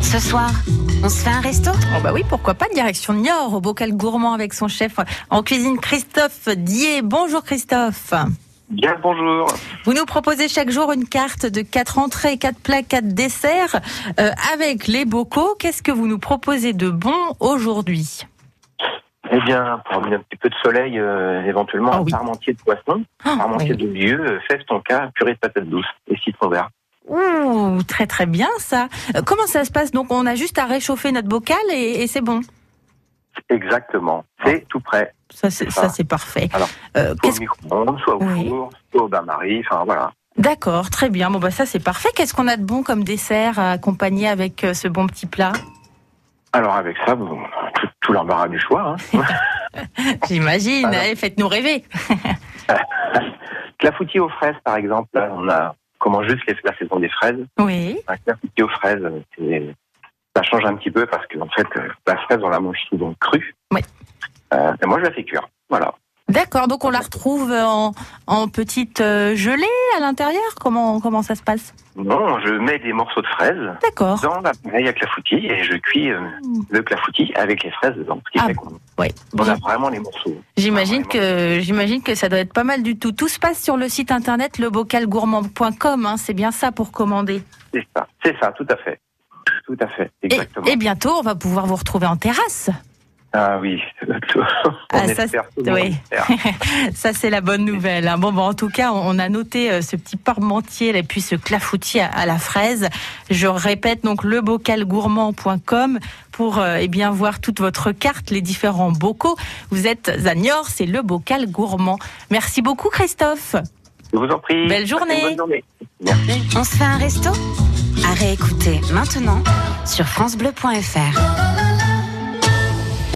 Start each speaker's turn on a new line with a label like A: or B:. A: Ce soir, on se fait un resto
B: Oh bah oui, pourquoi pas, direction Niort, au bocal gourmand avec son chef en cuisine Christophe Dier. Bonjour Christophe.
C: Bien le bonjour.
B: Vous nous proposez chaque jour une carte de quatre entrées, quatre plats, quatre desserts euh, avec les bocaux. Qu'est-ce que vous nous proposez de bon aujourd'hui
C: Eh bien, pour amener un petit peu de soleil, euh, éventuellement
B: Ah
C: un
B: oui.
C: parmentier de poisson,
B: Ah,
C: parmentier
B: oui.
C: de vieux, euh, fèves tonka, purée de patates douces et citron vert.
B: Ouh, très très bien ça. Euh, Comment ça se passe Donc on a juste à réchauffer notre bocal et, et c'est bon.
C: Exactement. C'est tout prêt.
B: Ça c'est ça,
C: Ah.
B: c'est parfait.
C: Alors,
B: Euh,
C: Soit
B: qu'est-ce-
C: au micro-ondes, soit au
B: Oui.
C: four, soit au bain-marie, enfin voilà.
B: D'accord, très bien. Bon bah ça c'est parfait. Qu'est-ce qu'on a de bon comme dessert à accompagner avec euh, ce bon petit plat
C: Alors avec ça, vous, tout, tout l'embarras du choix. Hein.
B: J'imagine.
C: Alors.
B: Allez, faites-nous rêver.
C: Clafoutis aux fraises, par exemple, là, on a comment juste les, la saison des fraises.
B: Oui.
C: Un clafoutis aux fraises, euh, c'est- ça change un petit peu parce qu'en fait, euh, la fraise, on la mange souvent crue.
B: Oui.
C: Euh, et moi, je la fais cuire. Voilà.
B: D'accord, donc on la retrouve en, en petite euh, gelée à l'intérieur comment, comment ça se passe
C: Non, je mets des morceaux de fraises.
B: D'accord.
C: dans l'appareil à clafoutis et je cuis euh, le clafoutis avec les fraises dedans. Ce qui
B: Mm. Ah,
C: fait qu'on
B: ouais.
C: on a vraiment les morceaux.
B: J'imagine
C: Ah, vraiment.
B: que j'imagine que ça doit être pas mal du tout. Tout se passe sur le site internet lebocalgourmand.com, hein, c'est bien ça pour commander.
C: C'est ça, c'est ça, tout à fait. Tout à fait,
B: Et,
C: exactement.
B: et bientôt, on va pouvoir vous retrouver en terrasse.
C: Ah oui, on
B: Ah, ça,
C: espère, tout le
B: oui.
C: monde espère.
B: Ça, c'est la bonne nouvelle. hein. Bon, bah, en tout cas, on on a noté euh, ce petit parmentier et puis ce clafoutis à, à la fraise. Je répète donc lebocalgourmand.com pour euh, eh bien voir toute votre carte, les différents bocaux. Vous êtes à Niort, c'est le bocal gourmand. Merci beaucoup, Christophe.
C: Je vous en prie.
B: Belle
C: Passez une
B: journée.
C: Bonne journée. Merci.
A: On se fait un resto À réécouter maintenant sur FranceBleu.fr.